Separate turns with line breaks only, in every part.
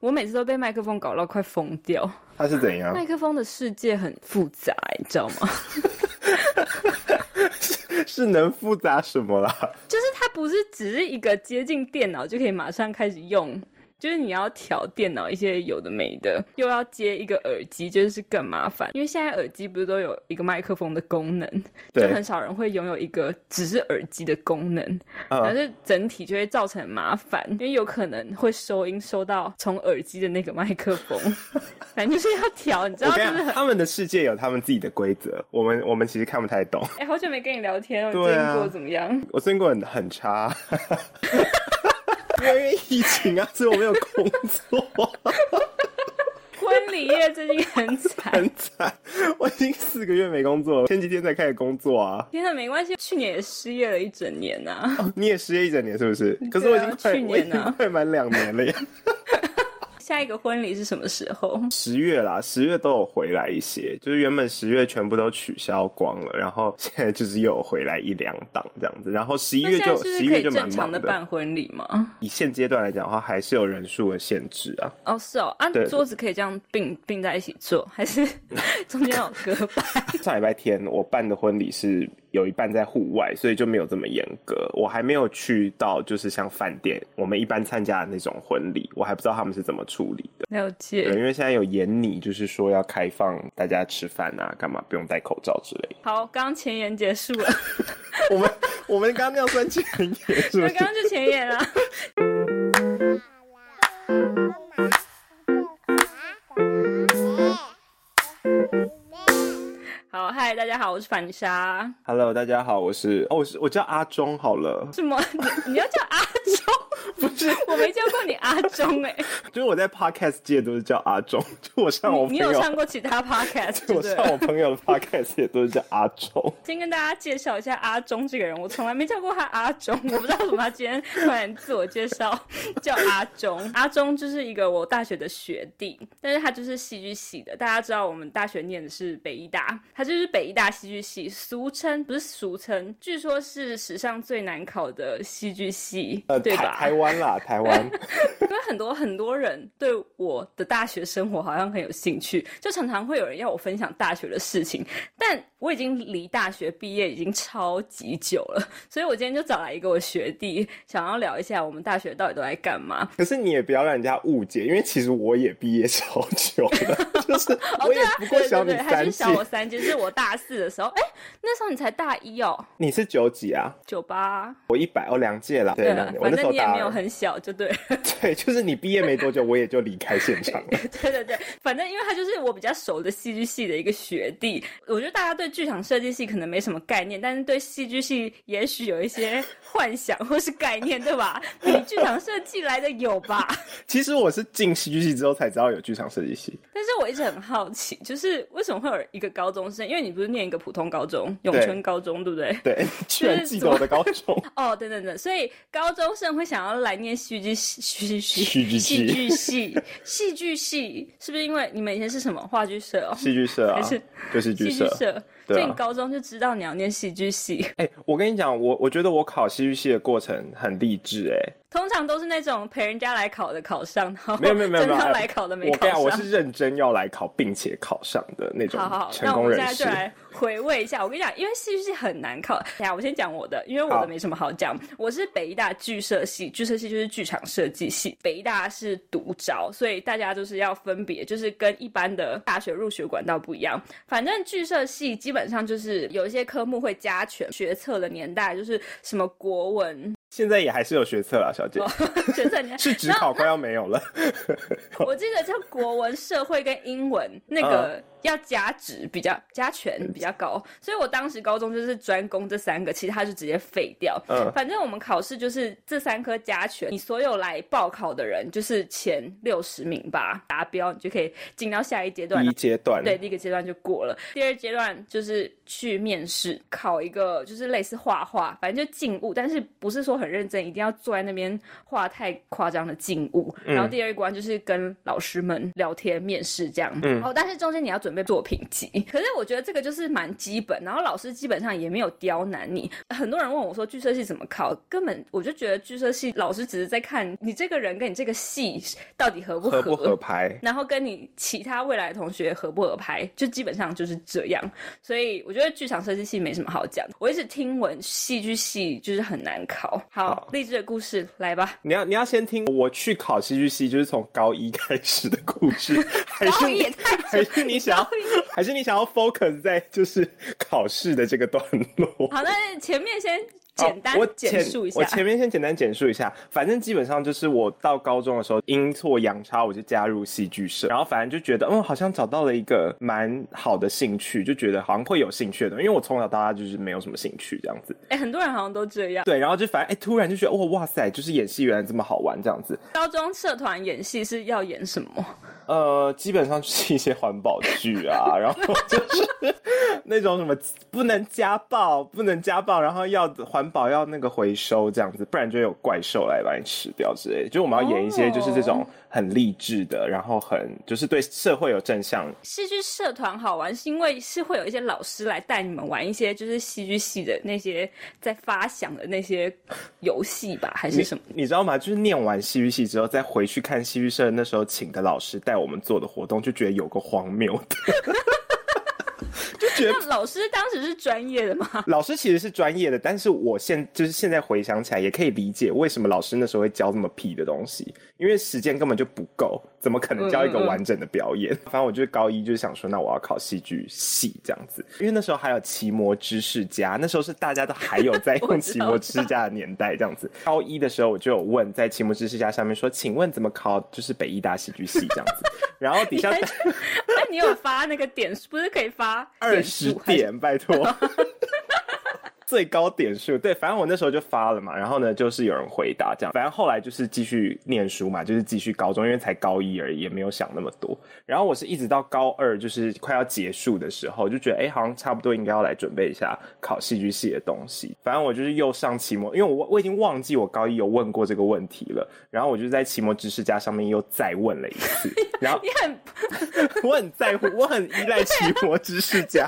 我每次都被麦克风搞到快疯掉。
他是怎样？
麦克风的世界很复杂、你知道吗？
是能复杂什么啦？
就是 它不是只是一个接近电脑就可以马上开始用，就是你要调电脑一些有的没的，又要接一个耳机，就是更麻烦。因为现在耳机不是都有一个麦克风的功能，就
对
很少人会拥有一个只是耳机的功能，
啊
反，正整体就会造成麻烦，因为有可能会收音收到从耳机的那个麦克 风，反正就是要调，你知
我
道，就
跟
是
你
很
讲，他们的世界有他们自己的规则，我们我们其实看不太懂。
哎、好久没跟你聊天了，你最
对啊
近过得怎么样？
我最近过得很很差， 因 为疫情啊，所以我没有工作，
婚礼业最近很惨。
很惨。我已经四个月没工作了，前几天才开始工作啊。
天呐，没关系，去年也失业了一整年啊呐、
你也失业一整年是不是？可是
对
我已
啊
经快，
去
我已
年啊
经快满两年了呀。
下一个婚礼是什么时候？
十月啦，十月都有回来一些，就是原本十月全部都取消光了，然后现在就是又有回来一两档这样子，然后十一
那
月
现在
就是
不
十
是
一
可
月
以
就蛮
正
忙
常的
的。
办婚礼吗？
以现阶段来讲的话，还是有人数的限制啊。
哦，是哦，啊
对，
桌子可以这样并并在一起坐，还 是中间有隔板？
上礼拜天我办的婚礼是有一半在户外，所以就没有这么严格。我还没有去到就是像饭店我们一般参加的那种婚礼，我还不知道他们是怎么处理的。
了
对，
解。
因为现在有严拟，就是说要开放大家吃饭啊，干嘛不用戴口罩之类的。
好，刚刚前言结束了，
我们我们刚刚那样算前言是
我
不
刚
是？
刚就前言了。好，嗨，大家好，我是反莎。
Hello，大家好，我是哦，我是我叫阿忠好了，
什么？你你要叫阿忠？
不是，
我没叫过你阿忠哎、
就是我在 Podcast 界都是叫阿忠，就我上我
你
朋
你有
友，
上过其他 podcast 对
我
不对
上我朋友的 Podcast 也都是叫阿忠。
先跟大家介绍一下阿忠这个人，我从来没叫过他阿忠， 我不知道为什么他今天突然自我介绍 叫阿忠。阿忠就是一个我大学的学弟，但是他就是戏剧系的。大家知道我们大学念的是北医大，他就是北医大戏剧系，俗称不是俗称，据说是史上最难考的戏剧系，
呃，
对
台
吧？
台湾啦，台 湾，
因为很多很多人对我的大学生活好像很有兴趣，就常常会有人要我分享大学的事情，但我已经离大学毕业已经超级久了，所以我今天就找来一个我学弟，想要聊一下我们大学到底都在干 嘛。
可是你也不要让人家误解，因为其实我也毕业超久 了，就是
哦，
我也
对啊，
不过
对
小
对
你
对，他
三
是
届
小。我三届，是我大四的时候，哎，那时候你才大一哦，
你是九几啊？
九八，
我一百哦，两届啦。对，
对
两
啊
届，我
反
那时
正
候
你也
大
没有
二。
很小，就对了。
对，就是你毕业没多久，我也就离开现场了。
对对对，反正因为他就是我比较熟的戏剧系的一个学弟，我觉得大家对剧场设计系可能没什么概念，但是对戏剧系也许有一些幻想或是概念，对吧？比剧场设计来的有吧？
其实我是进戏剧系之后才知道有剧场设计系。
但是我一直很好奇，就是为什么会有一个高中生？因为你不是念一个普通高中，永春高中，对不对？
对，居然记得我的高中。
哦，等等等，所以高中生会想要来念戏剧系、戏剧系、
戏剧系
戏剧系、戏剧系，是不是因为你们以前是什么话剧社哦？
戏剧社啊
还是，
就戏剧
戏剧
社。
社，
对啊
所以你高中就知道你要念戏剧系。
哎、我跟你讲，我我觉得我考戏剧系的过程很励志、哎
通常都是那种陪人家来考的考上，然后
哎，没有没有没有
真
没有，
的
哎
来考的没
我
考
跟你
上。
讲，我是认真要来考并且考上的那种
好好好，
成
那我
功
们
人
现在
士
就。来回味一下。我跟你讲，因为戏剧系很难考。等一下我先讲我的，因为我
好
的没什么好讲。我是北医大剧社系，剧社系就是剧场设计系，北医大是独招，所以大家就是要分别，就是跟一般的大学入学管道不一样。反正剧社系基本上就是有一些科目会加权，学测的年代就是什么国文、
现在也还是有学测啦，小
哦
姐，
学测年代
是只考快要没 有了。
我记得像国文、社会跟英文
嗯
那个要加值比较加权比较高，所以我当时高中就是专攻这三个，其他就直接废掉。
嗯，
反正我们考试就是这三科加权，你所有来报考的人就是前六十名吧，达标你就可以进到下一阶段
第。一阶段，
对，，第一个阶段就过了，第二阶段就是去面试，考一个就是类似画画，反正就静物，但是不是说很认真，一定要坐在那边画太夸张的静物。然后第二关就是跟老师们聊天面试这样。
嗯
哦，但是中间你要准准备作品集。可是我觉得这个就是蛮基本，然后老师基本上也没有刁难你。很多人问我说剧社系怎么考，根本我就觉得剧社系老师只是在看你这个人跟你这个系到底合不
合不合拍？
然后跟你其他未来同学合不合拍，就基本上就是这样。所以我觉得剧场设计系没什么好讲。我一直听闻戏剧系就是很难考。好
好，
励志的故事来吧。
你要你要先听我去考戏剧系，就是从高一开始的故事， 还
高
是
一
你
也太
还是你想要
高一，
还是你想要 focus 在就是考试的这个段落？
好，那前面先简单
好我
简述一下
我。前面先简单简述一下，反正基本上就是我到高中的时候阴错阳差我就加入戏剧社，然后反正就觉得嗯好像找到了一个蛮好的兴趣，就觉得好像会有兴趣的东西，因为我从小到大就是没有什么兴趣这样子。
哎、很多人好像都这样。
对，然后就反正哎突然就觉得哇哇塞，就是演戏原来这么好玩这样子。
高中社团演戏是要演什么？
呃，基本上就是一些环保剧啊，然后就是 那种什么不能家暴，不能家暴，然后要环保要那个回收这样子，不然就有怪兽来把你吃掉之类的。就我们要演一些就是这
哦
种很励志的，然后很就是对社会有正向
戏剧社团好玩是因为是会有一些老师来带你们玩一些就是戏剧系的那些在发想的那些游戏吧，还是什么？
你知道吗？就是念完戏剧系之后，再回去看戏剧社那时候请的老师带我们做的活动，就觉得有个荒谬的。就觉得
那老师当时是专业 的吗？
老师其实是专业的，但是我现就是现在回想起来，也可以理解为什么老师那时候会教这么屁的东西，因为时间根本就不够，怎么可能教一个
嗯嗯嗯
完整的表演？反正我就是高一就是想说，那我要考戏剧系这样子，因为那时候还有奇摩知识家，那时候是大家都还有在
我
用
知
奇
道
摩知识家的年代这样子。 高一的时候我就有问在奇摩知识家上面说，请问怎么考就是北医大戏剧系这样子，然后底下
哎那你有发那个点数？不是可以发
二十
数还是？
点，拜托。最高点数，对，反正我那时候就发了嘛，然后呢，就是有人回答这样，反正后来就是继续念书嘛，就是继续高中，因为才高一而已，也没有想那么多。然后我是一直到高二，就是快要结束的时候，就觉得哎，好像差不多应该要来准备一下考戏剧系的东西。反正我就是又上期末，因为我我已经忘记我高一有问过这个问题了，然后我就在期末知识家上面又再问了一次， 然后
你很
我很在乎，我很依赖
啊
奇摩知识家。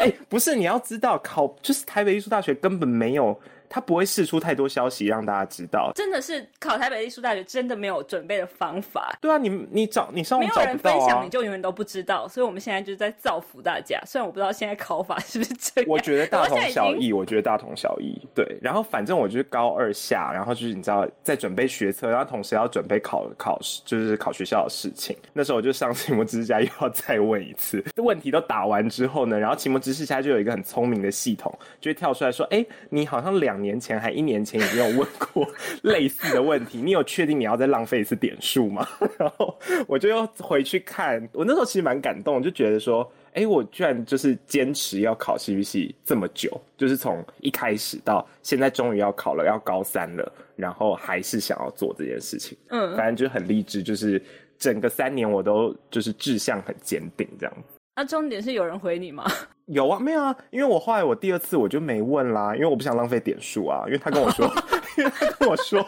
哎、不是，你要知道，考就是台北艺术大学根本没有，他不会释出太多消息让大家知道。
真的是考台北艺术大学，真的没有准备的方法。
对啊，你你找你上
没
网
有
找
人
不
分
到
享，
啊
你。就永远都不知道。所以我们现在就是在造福大家。虽然我不知道现在考法是不是这样，
我觉得大
我
同
现在已
小
经
异，我觉得大同小异。对，然后反正我就是高二下，然后就是你知道在准备学测，然后同时要准备考考试，就是考学校的事情。那时候我就上期末知识家又要再问一次，问题都打完之后呢，然后期末知识家就有一个很聪明的系统，就会跳出来说：“哎，你好像两年前还一年前已经有问过 类似的问题，你有确定你要再浪费一次点数吗？” 然后我就又回去看，我那时候其实蛮感动，就觉得说。哎，我居然就是坚持要考戏剧系这么久，就是从一开始到现在，终于要考了，要高三了，然后还是想要做这件事情。
嗯
反正就很励志，就是整个三年我都就是志向很坚定这样。
那、啊重点是有人回你吗？
有啊，没有啊，因为我后来我第二次我就没问啦，因为我不想浪费点数啊，因为他跟我 说，因为他跟我说，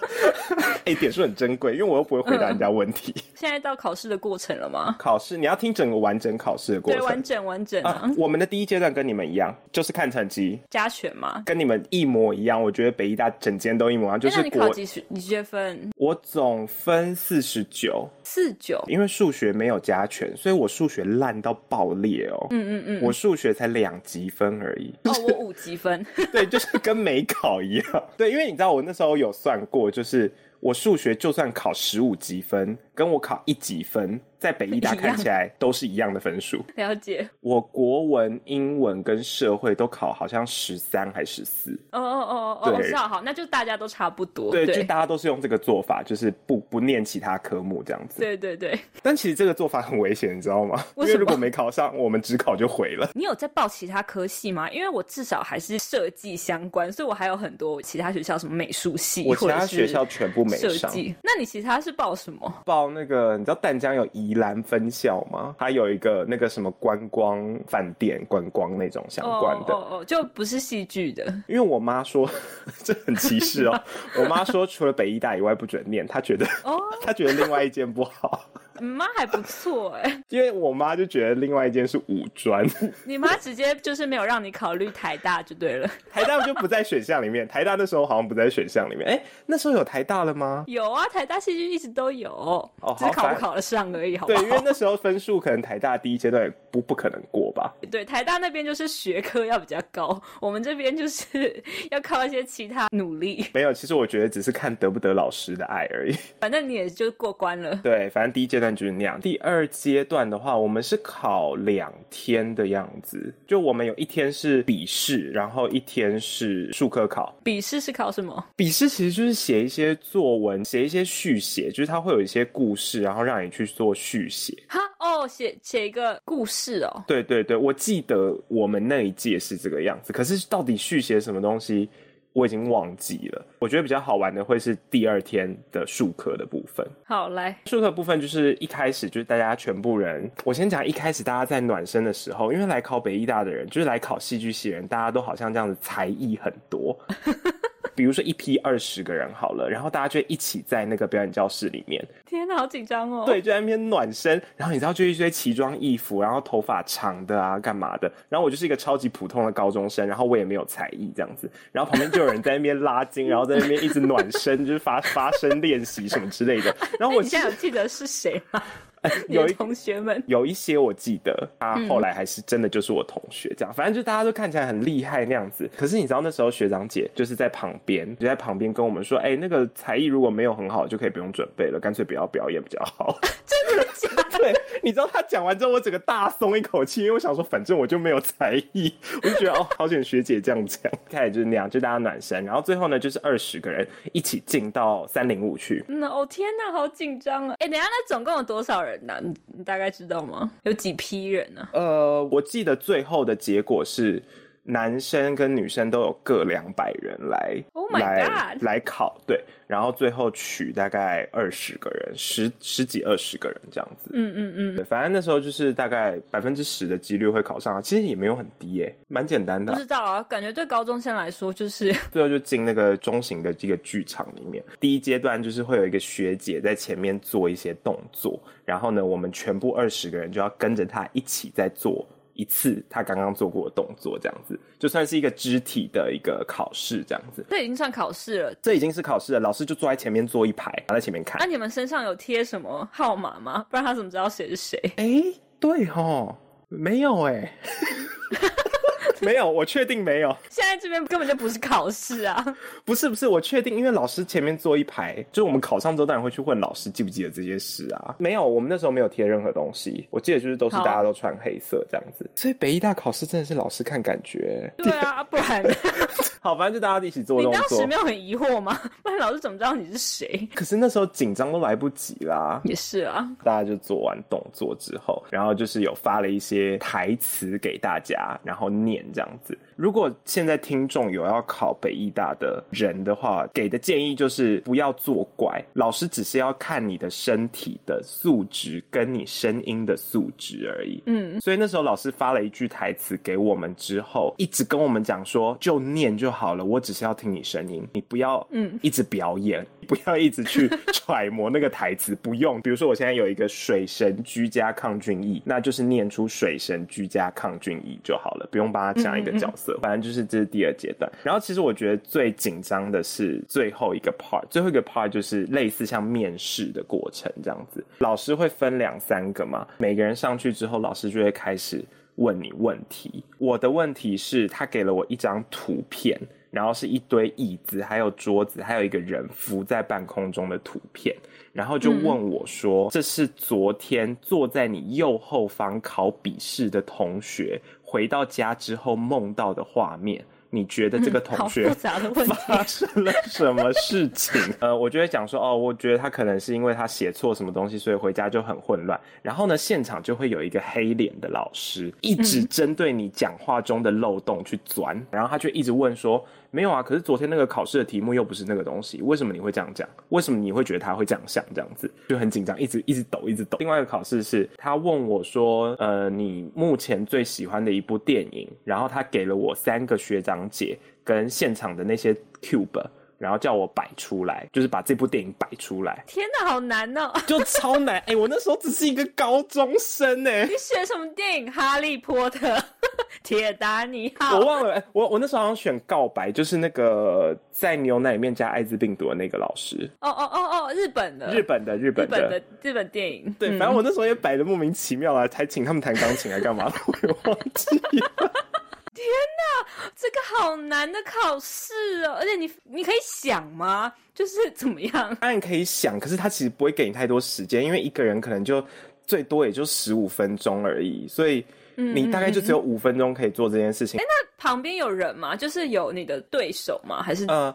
哎、点数很珍贵，因为我又不会回答人家问题。
现在到考试的过程了吗？
考试你要听整个完整考试的过
对，完
程。
整完整啊，
啊，我们的第一阶段跟你们一样，就是看成绩。
加权嘛。
跟你们一模一样，我觉得北医大整间都一模一样，就
哎那
是
你
国
考几学几学分？
我总分四十九，
四 九。
因为数学没有加权，所以我数学烂到爆裂哦。
嗯嗯嗯。
我数学才两级分而已，
哦，我五级分，
对，就是跟没考一样。 对，因为你知道我那时候有算过，就是我数学就算考十五级分，跟我考一级分，在北医大
一样
看起来都是一样的分数。
了解。
我国文、英文跟社会都考好像十三还十四，
哦哦哦哦，
对
我知道，好，那就大家都差不多。
对，就
对
大家都是用这个做法，就是不不念其他科目这样子。
对对 对，
但其实这个做法很危险，你知道吗？
为
因
什么
为如果没考上，我们只考就毁 了。
你有在报其他科系吗？因为我至少还是设计相关，所以我还有很多其他学校，什么美术系，
我其
或者
他
是
学校全部没
设
上。
计。那你其他是报什么？
报那个，你知道淡江有宜兰分校吗？它有一个那个什么观光饭店、观光那种相关的。
哦哦，就不是戏剧的。
因为我妈说 这很歧 视哦，我妈说除了北医大以外不准念，她觉得、
哦
她觉得另外一间不好。
你妈还不错哎、
因为我妈就觉得另外一间是五专，
你妈直接就是没有让你考虑台大就对了。
台大就不在选项里面， 台大那时候好像不在选项里面。哎、那时候有台大了吗？
有啊，台大戏剧一直都有，
哦好
只是考
烦
不考得上而已，好不
对，
好？
因为那时候分数可能台大第一阶段也不不可能过吧。
对，台大那边就是学科要比较高，我们这边就是 要靠一些其他努力。
没有，其实我觉得只是看得不得老师的爱而已。
反正你也就过关了。
对，反正第一阶段就是那样。第二阶段的话，我们是考两天的样子，就我们有一天是笔试，然后一天是术科考。
笔试是考什么？
笔试其实就是写一些作文，写一些续写，就是它会有一些故事，然后让你去做续写。
哈哦，写写一个故事哦。
对对对，我记得我们那一届是这个样子，可是到底续写什么东西，我已经忘记了。我觉得比较好玩的会是第二天的术科的部分。
好，来，
术科部分就是一开始就是大家全部人，我先讲一开始大家在暖身的时候，因为来考北医大的人，就是来考戏剧系的人，大家都好像这样子才艺很多。 比如说一批二十个人好了，然后大家就一起在那个表演教室里面，
天哪，好紧张哦。
对，就在那边暖身，然后你知道就一堆奇装异服，然后头发长的啊，干嘛的？然后我就是一个超级普通的高中生，然后我也没有才艺这样子，然后旁边就有人在那边拉筋，然后在那边一直暖身，就是发发声练习什么之类的。然后我
你现在有记得是谁吗？你
有
的
一
同嗯学 们，
有一些我记得，他后来还是真的就是我同学这样，反正就大家都看起来很厉害那样子。可是你知道那时候学长姐就是在旁边，就在旁边跟我们说，哎、那个才艺如果没有很好，就可以不用准备了，干脆不要表演比较好。
真的假的？
对，你知道他讲完之后，我整个大松一口气，因为我想说，反正我就没有才艺，我就觉得哦，好险学姐这样讲。开始就是那样，就大家暖身，然后最后呢，就是二十个人一起进到三零五去。
嗯，哦天哪，好紧张啊！哎，等一下，那总共有多少人呢、你你大概知道吗？有几批人啊呢、
呃，我记得最后的结果是。男生跟女生都有各两百人来
Oh my
来
God
来考，对，然后最后取大概二十个人，十十几二十个人这样子，
嗯嗯嗯，
对，反正那时候就是大概百分之十的几率会考上，啊其实也没有很低耶、蛮简单的
不。知道啊，感觉对高中生来说就是
最后就进那个中型的这个剧场里面。第一阶段就是会有一个学姐在前面做一些动作，然后呢，我们全部二十个人就要跟着她一起在做一次她刚刚做过的动作，这样子就算是一个肢体的一个考试，这样子。
这已经算考试了。
这已经是考试了，老师就坐在前面坐一排，在前面看
那、。啊你们身上有贴什么号码吗？不然他怎么知道谁是谁？
哎，对哦，没有哎、 没有，我确定没有。
现在这边根本就不是考试 啊！
不是不是，我确定，因为老师前面坐一排，就是我们考上之后，当然会去问老师记不记得这些事啊。没有，我们那时候没有贴任何东西，我记得就是都是
好
大家都穿黑色这样子。所以北医大考试真的是老师看感觉。
对啊，不然
好，反正就大家一起做
你
动
当时
作
没。有很疑惑吗？不然老师怎么知道你是谁？
可是那时候紧张都来不及啦，
也是啊，
大家就做完动作之后，然后就是有发了一些台词给大家，然后念这样子。如果现在听众有要考北艺大的人的话，给的建议就是不要作怪，老师只是要看你的身体的素质跟你声音的素质而已。
嗯，
所以那时候老师发了一句台词给我们之后，一直跟我们讲说就念就好了，我只是要听你声音，你不要
嗯
一直表演，不要一直去 揣摩那个台词，不用。比如说我现在有一个水神居家抗菌液，那就是念出水神居家抗菌液就好了，不用帮他讲一个角色。反正就是这是第二阶段。然后其实我觉得最紧张的是最后一个 part，最后一个 part 就是类似像面试的过程这样子，老师会分两三个嘛，每个人上去之后，老师就会开始。问你问题。我的问题是，他给了我一张图片，然后是一堆椅子，还有桌子，还有一个人浮在半空中的图片，然后就问我说：“这是昨天坐在你右后方考笔试的同学回到家之后梦到的画面。”你觉得这个同
好
学
复杂的问题。
发生了什么事 情？呃，我就会讲说，哦，我觉得他可能是因为他写错什么东西，所以回家就很混乱。然后呢，现场就会有一个黑脸的老师，嗯一直针对你讲话中的漏洞去钻，然后他就一直问说，没有啊，可是昨天那个考试的题目又不是那个东西，为什么你会这样讲？为什么你会觉得他会这样想？这样子就很紧张，一直一直抖，一直抖。另外一个考试是他问我说，呃，你目前最喜欢的一部电影，然后他给了我三个学长姐。跟现场的那些 cube，然后叫我摆出来，就是把这部电影摆出来，
天哪，好难哦！
就超难。哎、我那时候只是一个高中生哎、
你选什么电影？《哈利波特》 《铁达尼号
我》忘了，哎我我那时候好像选告白，就是那个在牛奶里面加艾滋病毒的那个老师，
哦哦哦哦，日本的，
日本的呃日
日
本的。嗯
本的日本电影。
对，反正我那时候也摆的莫名其妙啊，还请他们弹钢琴啊来干嘛？我也忘记了。
这个好难的考试哦，而且你你可以想吗？就是怎么样？
当然可以想，可是他其实不会给你太多时间，因为一个人可能就最多也就十五分钟而已，所以你大概就只有五分钟可以做这件事情。
旁边有人吗？就是有你的对手吗？还是
呃，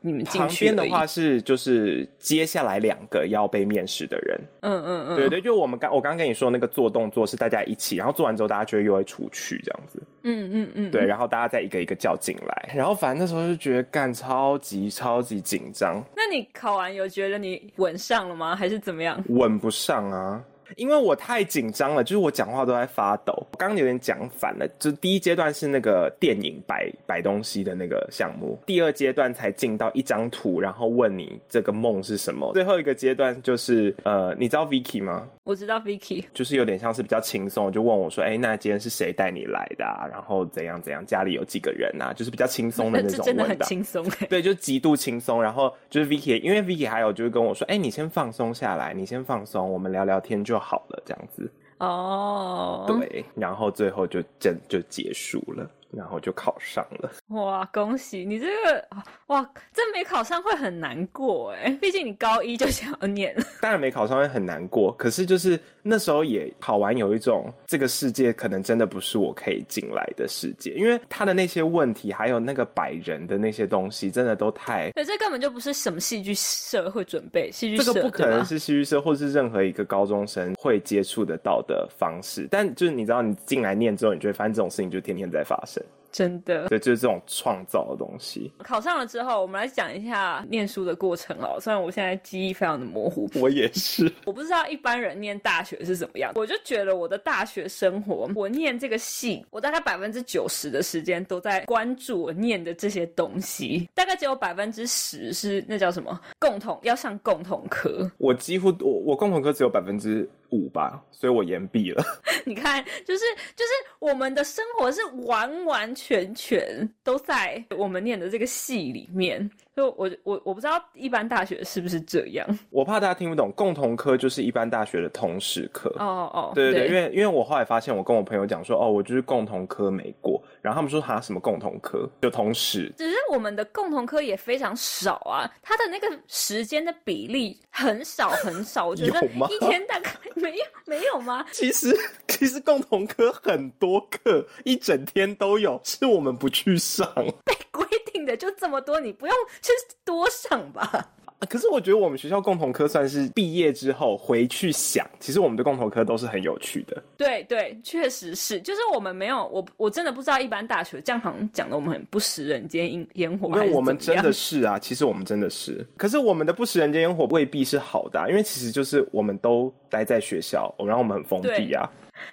你们进
旁
去
边的
而已
话，是就是接下来两个要被面试的人，
嗯嗯嗯，
对对，就我们刚我刚刚跟你说那个做动作是大家一起，然后做完之后大家就会又会出去这样子，
嗯嗯嗯，
对，然后大家再一个一个叫进来，然后反正那时候就觉得干超级超级紧张，
那你考完有觉得你吻上了吗？还是怎么样？
吻不上啊，因为我太紧张了，就是我讲话都在发抖。我刚刚有点讲反了，就是第一阶段是那个电影摆摆东西的那个项目，第二阶段才进到一张图，然后问你这个梦是什么。最后一个阶段就是呃，你知道 Vicky 吗？
我知道 Vicky，
就是有点像是比较轻松，就问我说，哎、那今天是谁带你来的、啊？然后怎样怎样，家里有几个人啊？就是比较轻松的
那
那
这
种
真的
问
很
答。
轻松哎。
对，就极度轻松。然后就是 Vicky，因为 Vicky 还有就是跟我说，哎、你先放松下来，你先放松，我们聊聊天就好了，这样子。
哦，，
对，然后最后就真就结束了，然后就考上了。
哇，恭喜你这个哇，这没考上会很难过哎， 毕竟你高一就想要念了。
当然没考上会很难过，可是就是那时候也考完有一种这个世界可能真的不是我可以进来的世界，因为他的那些问题还有那个百人的那些东西，真的都太
对，这根本就不是什么戏剧社会准备，戏剧
这
社
个不可
对
能
吧
是戏剧社或是任何一个高中生会接触得到的方式。但就是你知道，你进来念之后，你就会发现这种事情就天天在发生。
真的。
对，就是这种创造的东西。
考上了之后，我们来讲一下念书的过程哦。虽然我现在记忆非常的模糊，
我也是，
我不知道一般人念大学是怎么样，我就觉得我的大学生活，我念这个系，我大概百分之九十的时间都在关注我念的这些东西，大概只有百分之十是那叫什么共同要上共同课。
我几乎我我共同科只有百分之五吧，所以我延毕了。
你看，就是就是我们的生活是完完全全都在我们念的这个系里面，所以我我我不知道一般大学是不是这样。
我怕大家听不懂，共同科就是一般大学的通识课。
哦哦，
对对对，因为因为我后来发现，我跟我朋友讲说，哦，我就是共同科没过，然后他们说哈什么共同科，就同时
只是我们的共同科也非常少啊，它的那个时间的比例很少很少，我觉得
有吗
一天大概没有没有吗？
其实 其实共同科很多课，一整天都有，是我们不去上。啊
规定的就这么多，你不用去多上 吧？
啊可是我觉得我们学校共同科算是毕业之后回去想，其实我们的共同科都是很有趣的。
对对，确实是，就是我们没有，我我真的不知道一般大学这样好像讲的我们很不食人间烟烟火，
因为我们真的
是
是啊，其实我们真的是，可是我们的不食人间烟火未必是好的、啊，因为其实就是我们都待在学校，然后我们很封闭啊。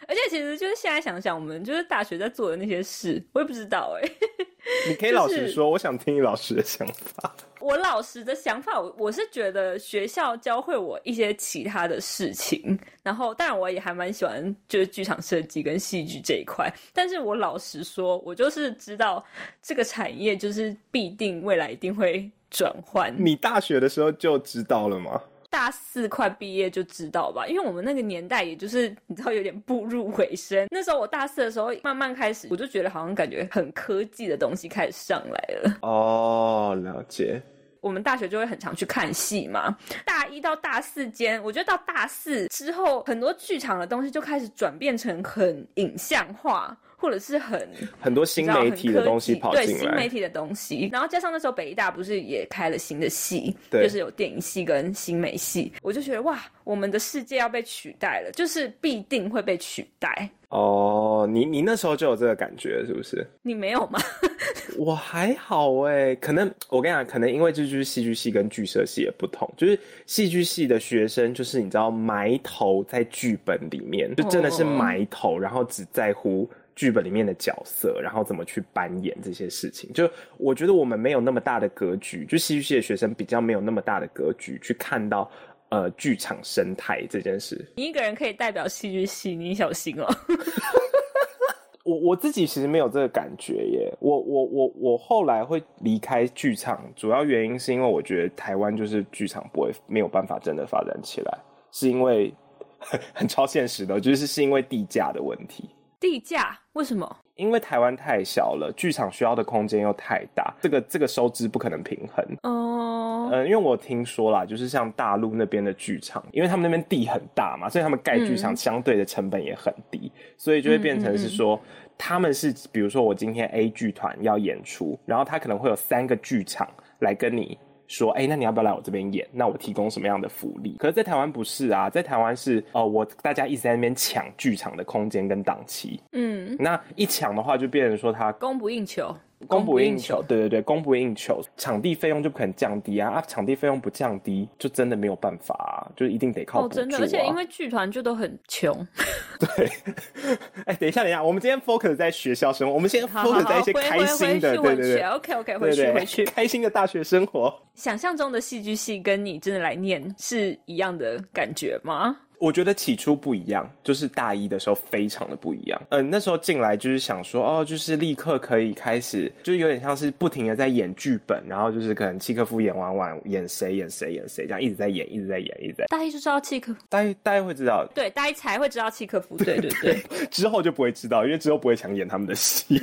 而且其实就是现在想想，我们就是大学在做的那些事，我也不知道哎、
你可以老实说，我想听你老师的想法。
我老实的想法，我我是觉得学校教会我一些其他的事情，然后当然我也还蛮喜欢就是剧场设计跟戏剧这一块，但是我老实说，我就是知道这个产业就是必定未来一定会转换。
你大学的时候就知道了吗？
大四快毕业就知道吧，因为我们那个年代也就是你知道有点步入尾声，那时候我大四的时候慢慢开始，我就觉得好像感觉很科技的东西开始上来了。
哦，了解。
我们大学就会很常去看戏嘛。大一到大四间，我觉得到大四之后，很多剧场的东西就开始转变成很影像化。或者是很
很多新媒体的东西
你知道
跑
很科技
进
对新媒
来，
体的东西，然后加上那时候北医大不是也开了新的系，
对
就是有电影系跟新媒系，我就觉得哇，我们的世界要被取代了，就是必定会被取代。
哦，你你那时候就有这个感觉是不是？
你没有吗？
我还好哎、可能我跟你讲，可能因为这就是戏剧系跟剧社系也不同，就是戏剧系的学生就是你知道埋头在剧本里面，就真的是埋头，然后只在乎剧本里面的角色，然后怎么去扮演这些事情。就我觉得我们没有那么大的格局，就戏剧系的学生比较没有那么大的格局去看到呃剧场生态这件事。
你一个人可以代表戏剧系，你小心哦。
我我自己其实没有这个感觉耶。我我我我后来会离开剧场，主要原因是因为我觉得台湾就是剧场不会没有办法真的发展起来，是因为很超现实的，就是是因为地价的问题。
地价为什么？
因为台湾太小了，剧场需要的空间又太大，这个这个收支不可能平衡。
哦、
嗯，因为我听说啦，就是像大陆那边的剧场，因为他们那边地很大嘛，所以他们盖剧
嗯
场相对的成本也很低，所以就会变成是说，他们是比如说我今天 A 剧团要演出，然后他可能会有三个剧场来跟你说，哎、那你要不要来我这边演？那我提供什么样的福利？可是，在台湾不是啊，在台湾是哦，我大家一直在那边抢剧场的空间跟档期，
嗯，
那一抢的话就变成说他
供不应求，
供不应求，对对对，供不应求，场地费用就不可能降低啊啊！场地费用不降低，就真的没有办法、啊，就一定得
哦，
靠补助、啊
真的，而且因为剧团就都很穷，
哎，等一下，等一下，我们今天 focus 在学校生活，我们先
好好
focus
好，
在一些
回
开
回
心
回
的，
去
对
回
对
去
对，
，OK OK，回
对
去
对
回去。
开心的大学生活。
想象中的戏剧系跟你真的来念是一样的感觉吗？
我觉得起初不一样，就是大一的时候非常的不一样。嗯，那时候进来就是想说，哦，就是立刻可以开始，就是有点像是不停的在演剧本，然后就是可能契科夫演完完演谁演谁演谁这样一直在演，一直在演，一直在。
大一就知道契科夫，
大家大家会知道，
对，大一才会知道契科夫，对对对，
之后就不会知道，因为之后不会想演他们的 戏。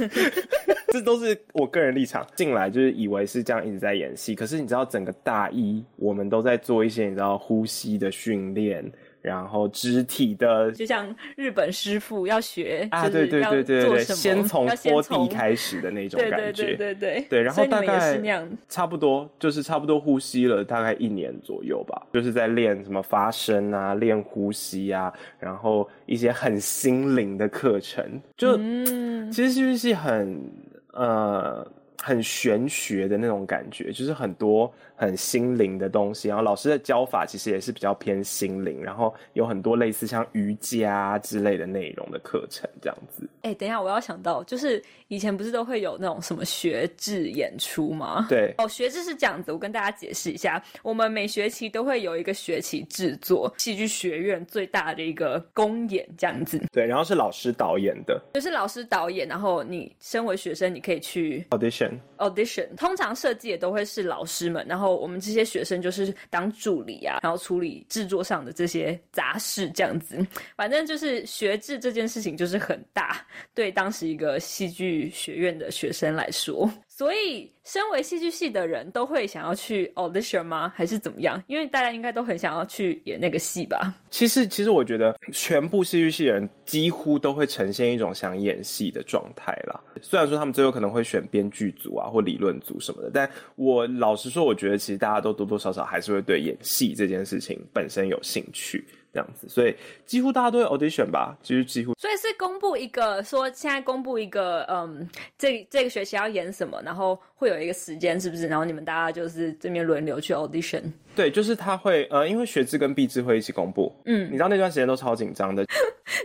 这都是我个人立场，进来就是以为是这样一直在演戏，可是你知道整个大一我们都在做一些你知道呼吸的训练，然后肢体的
就像日本师傅要学，
啊，
就
对
是
对
要
对对
做
对，
什么
先从
要先
拖
从
地开始的那种
对
感觉。
对对对对
对，然后
所以你
大
们也
概
是那样，
差不多，就是差不多呼吸了大概一年左右吧，就是在练什么发声啊，练呼吸啊，然后一些很心灵的课程。就、
嗯，
其实戏剧系很呃很玄学的那种感觉，就是很多很心灵的东西。然后老师的教法其实也是比较偏心灵，然后有很多类似像瑜伽啊之类的内容的课程这样子。
哎、等一下，我要想到，就是以前不是都会有那种什么学制演出吗？
对，
哦，学制是这样子，我跟大家解释一下，我们每学期都会有一个学期制作戏剧学院最大的一个公演，这样子，
对，然后是老师导演的
就是老师导演，然后你身为学生，你可以去
audition。
audition，通常设计也都会是老师们，然后我们这些学生就是当助理啊，然后处理制作上的这些杂事这样子。反正就是学制这件事情就是很大，对当时一个戏剧学院的学生来说。所以，身为戏剧系的人都会想要去 audition 吗？还是怎么样？因为大家应该都很想要去演那个戏吧？
其实，其实我觉得全部戏剧系的人几乎都会呈现一种想演戏的状态啦。虽然说他们最后可能会选编剧组啊或理论组什么的，但我老实说，我觉得其实大家都多多少少还是会对演戏这件事情本身有兴趣，这样子。所以几乎大家都会 audition 吧，其实几乎
所以是公布一个说现在公布一个，嗯，这这个学期要演什么，然后会有一个时间，是不是？然后你们大家就是这边轮流去 audition。
对，就是他会呃，因为学制跟毕制会一起公布，
嗯
你知道那段时间都超紧张的，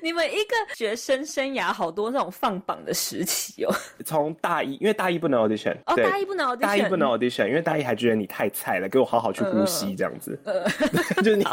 你们一个学生生涯好多那种放榜的时期哦。
从大一，因为大一不能 audition，
哦，
对
大一不能 audition，嗯
大一不能 audition，因为大一还觉得你太菜了，给我好好去呼吸这样子， 就是你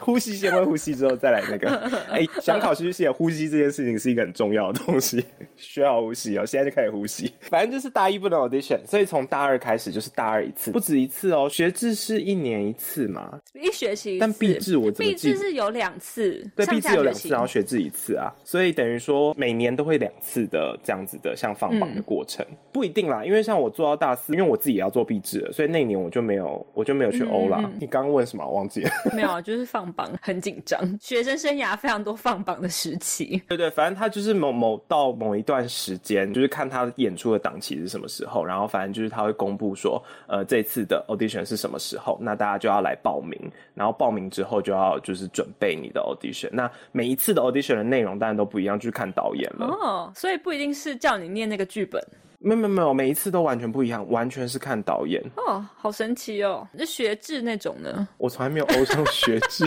呼吸先会呼吸之后再来那
嗯
个。哎、想考戏剧系的，呼吸这件事情是一个很重要的东西，需要呼吸哦。现在就开始呼吸，反正就是大一不能 audition，所以从大二开始就是大二一次，不止一次哦。学制是一年一次嘛，
一学期一次。
但毕制我怎么
毕
记
制？是有两次，
对，
上
毕制
下
有
学
两
期
次，然后学制一次啊，所以等于说每年都会两次的这样子的像放榜
嗯
的过程，不一定啦，因为像我做到大四，因为我自己也要做毕制了，所以那一年我就没有，我就没有去
嗯
欧啦。你刚刚问什么？我忘记了。
没有啊，就是放榜很紧张，学生生涯非常多放榜的时期。
对对，反正他就是某某到某一段时间，就是看他演出的档期是什么时候，然后反正就是他会公布说，呃，这次的 audition 是什么时候，那大家就要来报名，然后报名之后就要就是准备你的 audition。那每一次的 audition 的内容当然都不一样，就是看导演了。
哦，所以不一定是叫你念那个剧本
没有没有没有，每一次都完全不一样，完全是看导演。
哦，好神奇哦！那学制那种呢？
我从来没有欧上学制，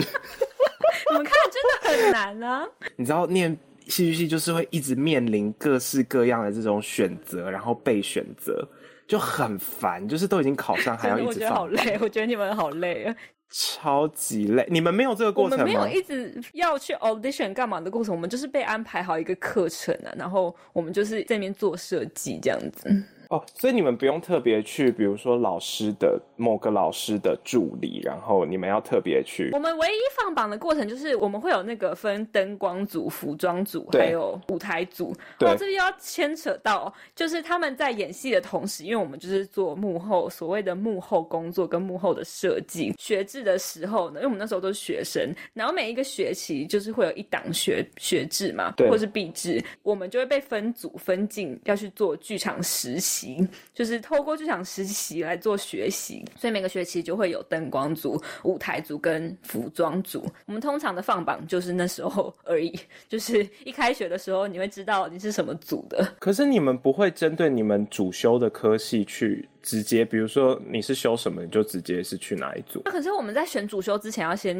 你们看真的很难啊。
你知道念戏剧系就是会一直面临各式各样的这种选择，然后被选择，就很烦。就是都已经考上，还要
真的
一
我
直
觉得
放
好累，我觉得你们好累啊。
超级累。你们没有这个
我
过程
们没
吗？
有一直要去 audition 干嘛的过程，我们就是被安排好一个课程啊，然后我们就是在那边做设计这样子。
哦，所以你们不用特别去，比如说老师的某个老师的助理，然后你们要特别去
我们唯一放榜的过程就是我们会有那个分灯光组、服装组，
对
还有舞台组。
对
哦，这边要牵扯到，就是他们在演戏的同时，因为我们就是做幕后所谓的幕后工作跟幕后的设计。学制的时候呢，因为我们那时候都是学生，然后每一个学期就是会有一档学学制嘛，
对
或是毕制，我们就会被分组分进要去做剧场实习，就是透过剧场实习来做学习。所以每个学期就会有灯光组、舞台组跟服装组。我们通常的放榜就是那时候 而已，就是一开学的时候你会知道你是什么组的。
可是你们不会针对你们主修的科系去直接，比如说你是修什么，你就直接是去哪一组。
那可是我们在选主修之前要先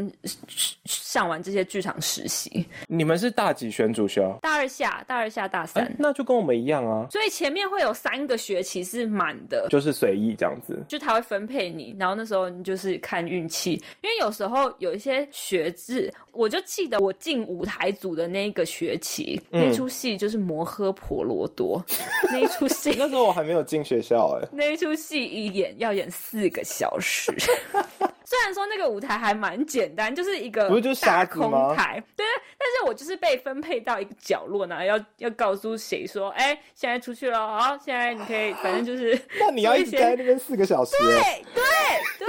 上完这些剧场实习，
你们是大几选主修？
大二下、大二下、大三。
哎，那就跟我们一样啊，
所以前面会有三个学期是满的，
就是随意这样子。
就他会分配你，然后那时候你就是看运气，因为有时候有一些学制，我就记得我进舞台组的那一个学期，
嗯
那出戏就是《摩诃婆罗 多》，那一出戏
那时候我还没有进学校哎、
那一出戏一演要演四个小 时，虽然说那个舞台还蛮简单，就是一个
不是就是
大
沙子吗
空台，对，但是我就是被分配到一个角落呢，要要告诉谁说，哎、现在出去了，好，现在你可以，反正就是
那你要一直待在那边四个小时、欸，
对 对，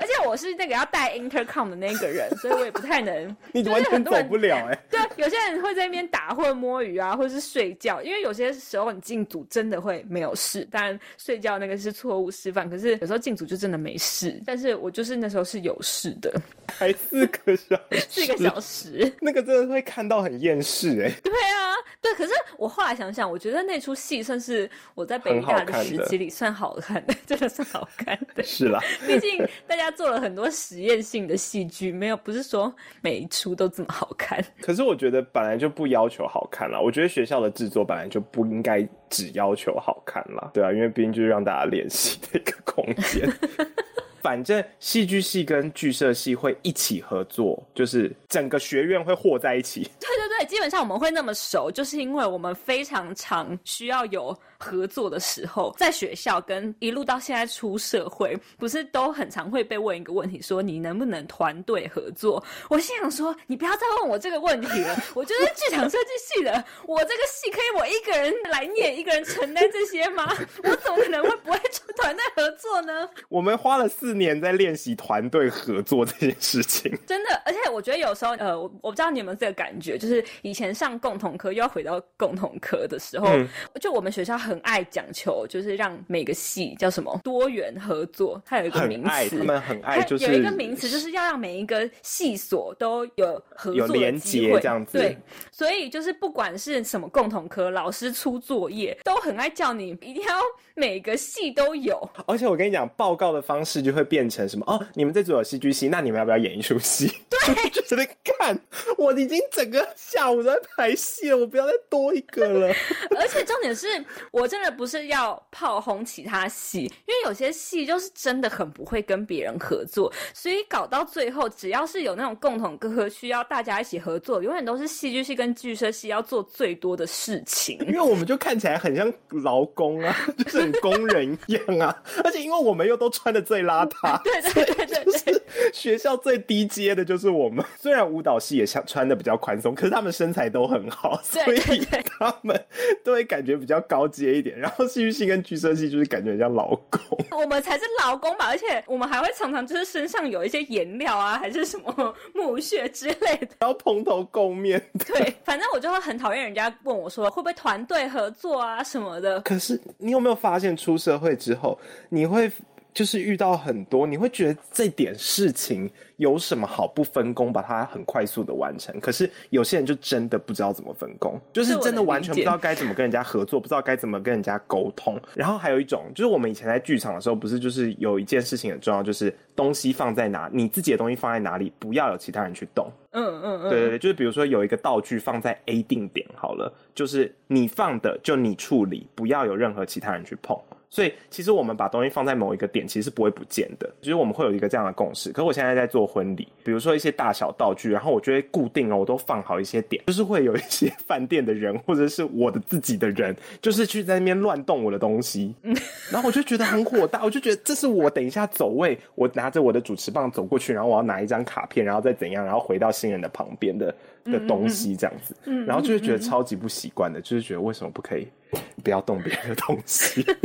而且我是那个要带 intercom 的那个人，所以我也不太能。
你完全走不了哎、
对，有些人会在那边打混摸鱼啊，或者是睡觉，因为有些时候你进组真的会没有事，当然睡觉那个是错误示范，可是有时候进组就真的没事。但是我就是那时候是有事的，
还四个小时，
四个小时。
那个真的会看到很厌世哎、
对啊，对。可是我后来想想，我觉得那出戏算是我在北
很
艺
好
大的
看
时
的
期里算好看的， 真的算好看的。
是啦，
毕竟大家做了很多实验性的戏剧，没有不是说每一出都这么好看。
可是我觉得本来就不要求好看啦，我觉得学校的制作本来就不应该只要求好看啦，对啊，因为毕竟就是让大家练习的一个空 间。反正戏剧系跟剧社系会一起合作，就是整个学院会和在一起。
对对对，基本上我们会那么熟，就是因为我们非常常需要有合作的时候，在学校跟一路到现在出社会，不是都很常会被问一个问题，说你能不能团队合作？我心想说，你不要再问我这个问题了，我就是剧场设计系的，我这个戏可以我一个人来念，一个人承担这些吗？我怎么可能会不会团队合作呢？
我们花了四年在练习团队合作这件事情。
真的，而且我觉得有时候，呃，我我不知道你有没有这个感觉，就是以前上共同科又要回到共同科的时候，
嗯
就我们学校很爱讲求，就是让每个系叫什么多元合作，它有一个
很
名
爱，
词
他，们很爱，
它
就是
有一个名词，就是要让每一个系所都有合
有
作的
连
机
结
会，
这样子
对，所以就是不管是什么共同科，老师出作业都很爱叫你一定要每个系都有，
而且我跟你讲，报告的方式就会变成什么哦，你们这组有戏剧系，那你们要不要演一出戏？对， 就觉得干，我已经整个下午都在排戏了，我不要再多一个 了。
而且重点是我真的不是要炮轰其他戏，因为有些戏就是真的很不会跟别人合作，所以搞到最后，只要是有那种共同科需要大家一起合作，永远都是戏剧系跟剧社系要做最多的事情。
因为我们就看起来很像劳工啊， 就是很工人一样啊，而且因为我们又都穿的最邋 遢，
对对对对对，
学校最低阶的就是我们。虽然舞蹈系也像穿的比较宽松，可是他们身材都很好，所
对
以
对对
他们都会感觉比较高阶一点。然后戏剧系跟剧社系就是感觉很像劳工。
我们才是劳工吧，而且我们还会常常就是身上有一些颜料啊，还是什么木屑之类的。
然后蓬头垢 面。
对，反正我就会很讨厌人家问我说会不会团队合作啊什么的。
可是你有没有发现，出社会之后，你会就是遇到很多，你会觉得这点事情有什么好不分工，把它很快速的完成。可是有些人就真的不知道怎么分工，就是真的完全不知道该怎么跟人家合作，不知道该怎么跟人家沟通。然后还有一种，就是我们以前在剧场的时候，不是就是有一件事情很重要，就是东西放在哪，你自己的东西放在哪里，不要有其他人去动。
嗯嗯嗯，
对对对，就是比如说有一个道具放在 A 定点好了，就是你放的就你处理，不要有任何其他人去碰。所以其实我们把东西放在某一个点，其实是不会不见的，就是我们会有一个这样的共识。可我现在在做婚礼，比如说一些大小道具，然后我就会固定哦，我都放好一些点，就是会有一些饭店的人或者是我的自己的人，就是去在那边乱动我的东西，然后我就觉得很火大，我就觉得这是我等一下走位，我拿着我的主持棒走过去，然后我要拿一张卡片，然后再怎样，然后回到新人的旁边的
嗯
的东西这样子，然后就是觉得超级不习惯的，就是觉得为什么不可以不要动别人的东西。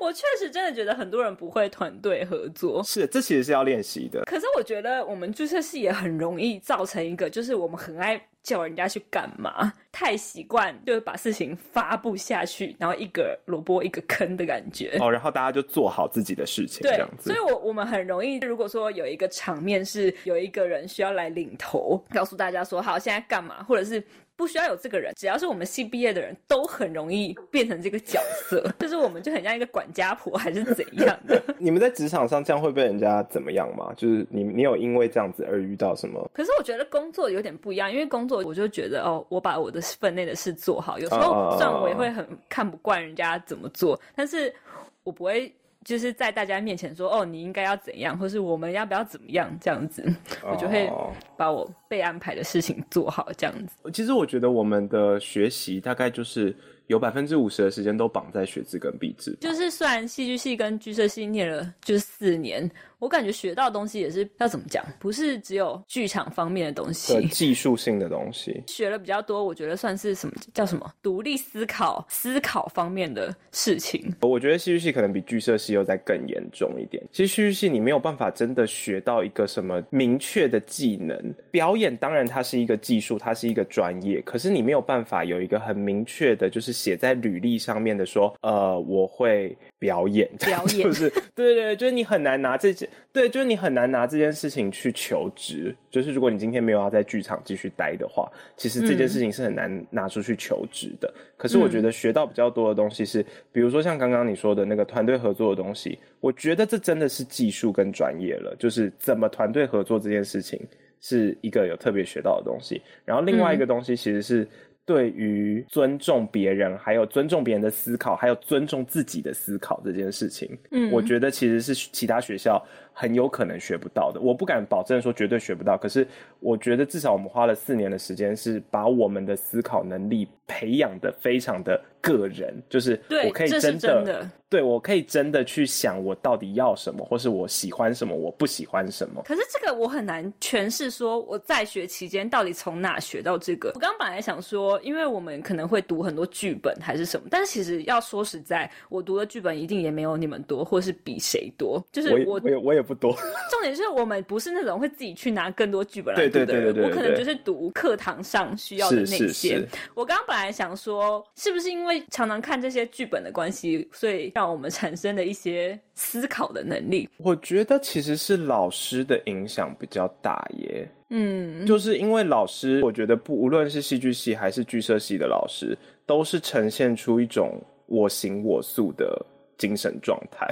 我确实真的觉得很多人不会团队合作。
是，这其实是要练习的。
可是我觉得我们注册系也很容易造成一个，就是我们很爱叫人家去干嘛，太习惯就是把事情发布下去，然后一个萝卜一个坑的感觉。
哦，然后大家就做好自己的事情，这
对
样，子
所以。我我们很容易，如果说有一个场面是有一个人需要来领头，告诉大家说好现在干嘛，或者是。不需要有这个人，只要是我们系毕业的人都很容易变成这个角色，就是我们就很像一个管家婆还是怎样的。
你们在职场上这样会被人家怎么样吗？就是你你有因为这样子而遇到什么？
可是我觉得工作有点不一样，因为工作我就觉得哦，我把我的分内的事做好。有时
哦哦
候
哦
虽然我也会很看不惯人家怎么做，但是我不会就是在大家面前说哦，你应该要怎样，或是我们要不要怎么样这样子，我就会
哦
把我被安排的事情做好这样子。
其实我觉得我们的学习大概就是有百分之五十的时间都绑在学制跟毕制。
就是虽然戏剧系跟剧社系念了就是四年，我感觉学到的东西也是要怎么讲，不是只有剧场方面的东
的
西，
技术性的东西，
学了比较多，我觉得算是什么叫什么独立思考、思考方面的事情。
我觉得戏剧系可能比剧社系又再更严重一点。其实戏剧系你没有办法真的学到一个什么明确的技能，表演当然它是一个技术，它是一个专业，可是你没有办法有一个很明确的，就是写在履历上面的说，呃，我会表演，
表演
就是对对对，就是你很难拿这件，对，就是你很难拿这件事情去求职。就是如果你今天没有要在剧场继续待的话，其实这
嗯
件事情是很难拿出去求职的。可是我觉得学到比较多的东西是，比如说像刚刚你说的那个团队合作的东西，我觉得这真的是技术跟专业了，就是怎么团队合作这件事情是一个有特别学到的东西。然后另外一个东西其实是。对于尊重别人，还有尊重别人的思考，还有尊重自己的思考这件事情，
嗯
我觉得其实是其他学校很有可能学不到的。我不敢保证说绝对学不到，可是我觉得至少我们花了四年的时间，是把我们的思考能力培养的非常的个人，就是
对
我可以
这是
真
真的
对我可以真的去想我到底要什么，或是我喜欢什么，我不喜欢什么。
可是这个我很难诠释，说我在学期间到底从哪学到这个。我刚本来想说，因为我们可能会读很多剧本还是什么，但是其实要说实在，我读的剧本一定也没有你们多，或是比谁多。就是
我也
我
我也我也不多，
重点是我们不是那种会自己去拿更多剧本来
对
读
对
的
对
人，
对对
我可能就
对
是读课堂上需要的
是
那些。
是是，
我刚刚本来想说，是不是因为常常看这些剧本的关系，所以让我们产生了一些思考的能力？
我觉得其实是老师的影响比较大耶。
嗯，
就是因为老师，我觉得不无论是戏剧系还是剧社系的老师，都是呈现出一种我行我素的精神状 态。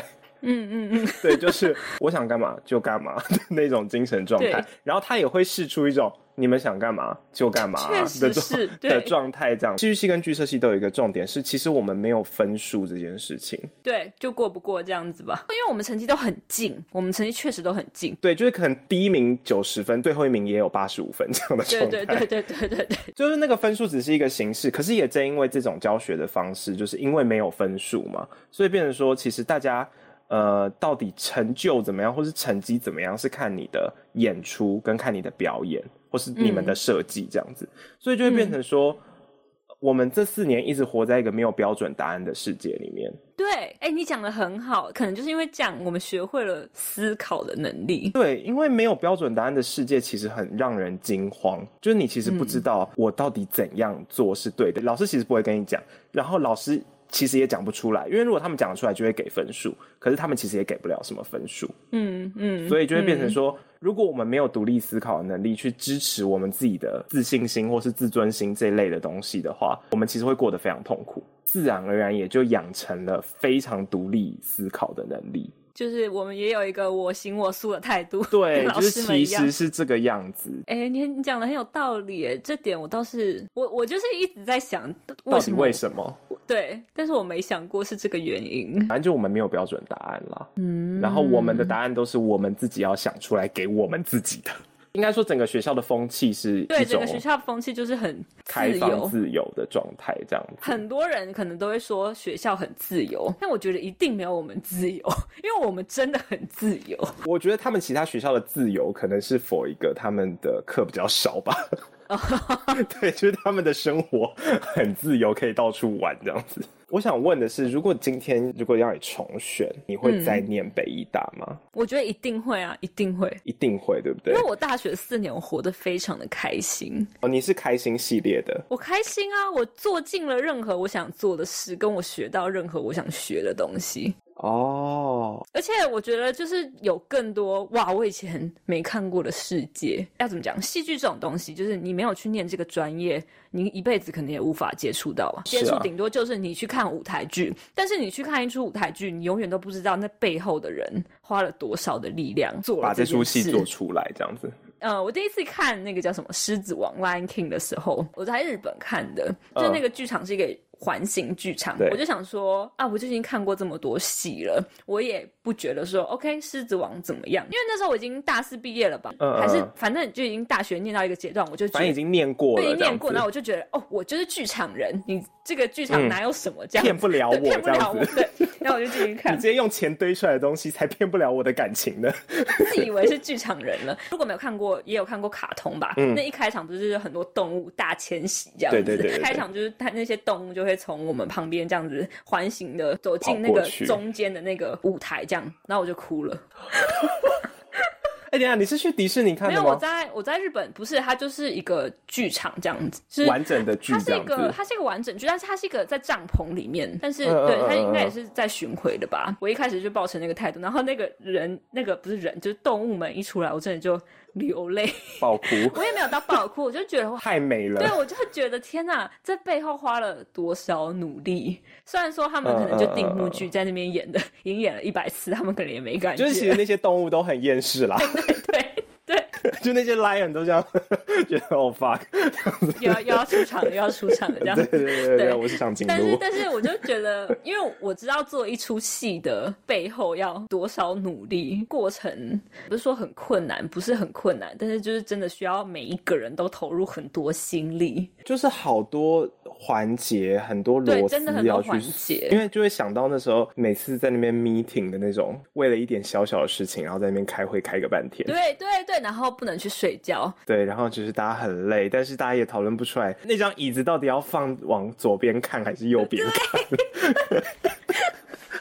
嗯嗯嗯，
对，就是我想干嘛就干嘛的那种精神状态
对。
然后他也会试出一种你们想干嘛就干嘛
确
的
实
状
是
的
对
状态。这样，戏剧系跟剧社系都有一个重点是，其实我们没有分数这件事情。
对，就过不过这样子吧。因为我们成绩都很近，我们成绩确实都很近。
对，就是可能第一名九十分，最后一名也有八十五分这样的状
对
态。
对对对对对对，
就是那个分数只是一个形式，可是也正因为这种教学的方式，就是因为没有分数嘛，所以变成说，其实大家呃，到底成就怎么样，或是成绩怎么样，是看你的演出跟看你的表演，或是你
嗯
们的设计这样子，所以就会变成说，我们这四年一直活在一个没有标准答案的世界里面。
对，哎，你讲的很好，可能就是因为这样，我们学会了思考的能力。
对，因为没有标准答案的世界，其实很让人惊慌。嗯就是你其实不知道我到底怎样做是对的，老师其实不会跟你讲，然后老师其实也讲不出来，因为如果他们讲得出来，就会给分数，可是他们其实也给不了什么分数，
嗯嗯，
所以就会变成说，如果我们没有独立思考的能力去支持我们自己的自信心或是自尊心这一类的东西的话，我们其实会过得非常痛苦，自然而然也就养成了非常独立思考的能力。
嗯就是我们也有一个我行我素的态度，
对
跟， 老
就是
师们
其
一样
实。是这个样子。
哎、你你讲的很有道理耶，这点我倒是我我就是一直在想
到
为
底
什么
为什么？
对，但是我没想过是这个原因。
反正就我们没有标准答案啦。
嗯
然后我们的答案都是我们自己要想出来给我们自己的。应该说，整个学校的风气是一
对整
种
个学校风气就是很
开
自
放
由。
自由的状态，这样子。
很多人可能都会说学校很自由，但我觉得一定没有我们自由， 因为我们真的很自由。
我觉得他们其他学校的自由，可能是否一个他们的课比较少 吧。对，就是他们的生活很自由，可以到处玩这样子。我想问的是，如果今天如果要你重选，你会
嗯
再念北医大吗？
我觉得一定会啊，一定会，
一定会，对不对
因为？我大学四年我活得非常的开心，
哦，你是开心系列的，
我开心啊，我做尽了任何我想做的事，跟我学到任何我想学的东西。
哦，
而且我觉得就是有更多哇，我以前没看过的世界。要怎么讲？戏剧这种东西，就是你没有去念这个专业，你一辈子可能也无法接触到啊。
是啊
接触顶多就是你去看舞台剧，但是你去看一出舞台剧，你永远都不知道那背后的人花了多少的力量做了
把这
件
出戏
事
做出来，这样子。
呃，我第一次看那个叫什么《狮子王》（Lion King） 的时候，我在日本看的，就
嗯
那个剧场是一个环形剧场
对，
我就想说啊，我就已经看过这么多戏了，我也不觉得说 OK《狮子王》怎么样，因为那时候我已经大四毕业了吧，
嗯嗯
还是
嗯
反正就已经大学念到一个阶段，我就觉
反正
得。
已经念过
对，
了，
已经
这样
念
子
过，然后我就觉得，哦，我就是剧场人，你这个剧场
嗯
哪有什么这样
骗不了我
对骗不
这样
了
子
我，对，然后我就进去
你
看
直，接用钱堆出来的东西，才骗不了我的感情呢。
自以为是剧场人了。如果没有看过，也有看过卡通吧？
嗯
那一开场不是就是很多动物大迁徙这样子？
对对对对对
开场就是它那些动物就会从我们旁边这样子环形的走进那
跑
个
过去
中间的那个舞台，这样，然后我就哭了。
哎，等一下，你是去迪士尼看
没
的
有，我
吗？
在我在日本不是，它就是一个剧场这样子，是
完整的剧
它
这
是一
样
个，
子。
它是一个完整剧，但是它是一个在帐篷里面，但是、
嗯嗯
对它
嗯
应该
嗯
也是在巡回的吧。我一开始就抱持那个态度，然后那个人，那个不是人，就是动物们一出来，我真的就流泪。
爆哭，
我也没有到爆哭，我就觉得哇，
太美
对
了。
我就觉得天哪，这背后花了多少努力？虽然说他们可能就定目
嗯
剧在那边演的， 已经演了一百次，他们可能也没感觉。
就是其实那些动物都很厌世啦，
对对，
就那些 lion 都这样 觉得哦 fuck，
又要又要出场了，又要出 场了这样
对。对对对对，
对
我是长颈
但是
鹿，
但是我就觉得，因为我知道做一出戏的背后要多少努力，过程不是说很困难，不是很困难，但是就是真的需要每一个人都投入很多心力。
就是好多环节，很多
对
螺丝
真的很多
要去
环节
因为就会想到那时候每次在那边 meeting 的那种，为了一点小小的事情，然后在那边开会开个半天。
对对对，然后不能去睡觉，
对，然后就是大家很累，但是大家也讨论不出来那张椅子到底要放往左边看还是右边看。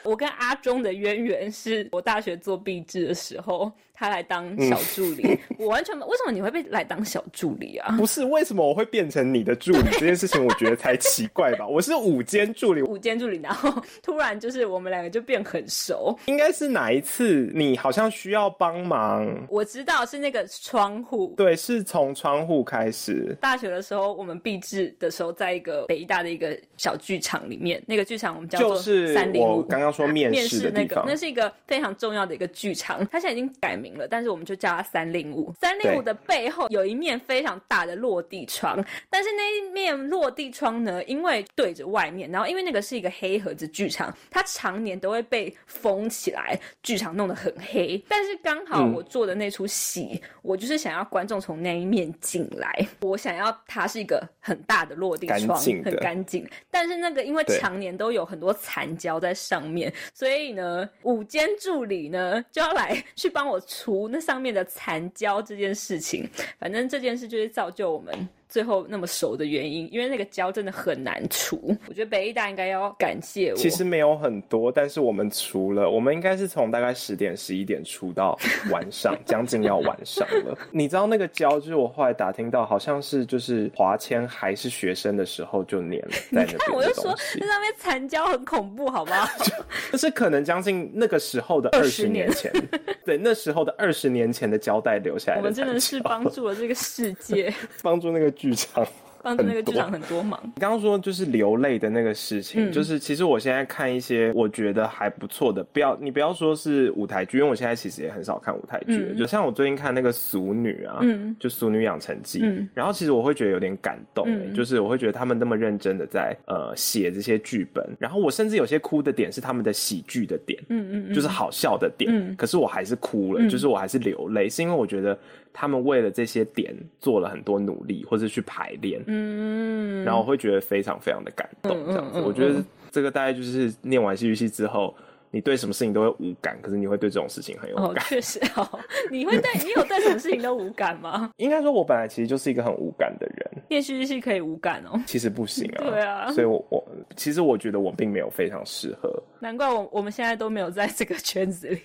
我跟阿忠的渊源是我大学做壁纸的时候，他来当小助理。
嗯
我完全没为什么你会被来当小助理 啊？
不是为什么我会变成你的助理这件事情，我觉得才奇怪吧。我是午间助理，
午间助理，然后突然就是我们两个就变很熟。
应该是哪一次你好像需要帮忙？
我知道是那个窗户。
对，是从窗户开始。
大学的时候，我们毕制的时候，在一个北医大的一个小剧场里面，那个剧场我们叫
就
做
是
三零
我
五。
刚刚说面
面
试的
试那
地
个
方，，
那是一个非常重要的一个剧场，它现在已经改名了，但是我们就叫它三零五。三零
对
五的背后有一面非常大的落地窗，但是那一面落地窗呢，因为对着外面，然后因为那个是一个黑盒子剧场，它常年都会被封起来，剧场弄得很黑。但是刚好
嗯
我做的那出戏，我就是想要观众从那一面进来，我想要它是一个很大的落地
干
窗，
净的
很干净。但是那个因为
对
常年都有很多残胶在上面，所以呢，午间助理呢就要来去帮我除那上面的残胶这件事情。反正这件事就是造就我们。最后那么熟的原因，因为那个胶真的很难除。我觉得北艺大应该要感谢我。
其实没有很多，但是我们除了我们应该是从大概十点十一点出到晚上，将近要晚上 了。你知道那个胶，就是我后来打听到，好像是就是华谦还是学生的时候就粘了
你
在那
看，
边
我
的
就说
东西
那，上面残胶很恐怖，好不好？
就是可能将近那个时候的二
20
十年前，对，那时候的二十年前的胶带留下来
我
的残胶，
们真的是帮助了这个世界，
帮助那个剧场。
帮助那个剧场很多忙。
你刚刚说就是流泪的那个事
嗯
情，就是其实我现在看一些我觉得还不错的，不要你不要说是舞台剧，因为我现在其实也很少看舞台剧了，就像我最近看那个《俗女》啊，
嗯
就《俗女养成记》
嗯
然后其实我会觉得有点感动、欸
嗯
就是我会觉得他们那么认真的在呃写这些剧本，然后我甚至有些哭的点是他们的喜剧的点，
嗯嗯嗯，
就是好笑的点，
嗯
可是我还是哭了，
嗯
就是我还是流泪，是因为我觉得他们为了这些点做了很多努力，或者去排练，
嗯，
然后我会觉得非常非常的感动，
嗯嗯
这样子。
嗯嗯
我觉得这个大概就是念完戏剧系之后，你对什么事情都会无感，可是你会对这种事情很有
哦，
感。
确实哦， 你会对你有对什么事情都无感吗？
应该说，我本来其实就是一个很无感的人，
念戏剧系可以无感哦，
其实不行啊。
对啊
所以我我其实我觉得我并没有非常适合，
难怪我我们现在都没有在这个圈子里。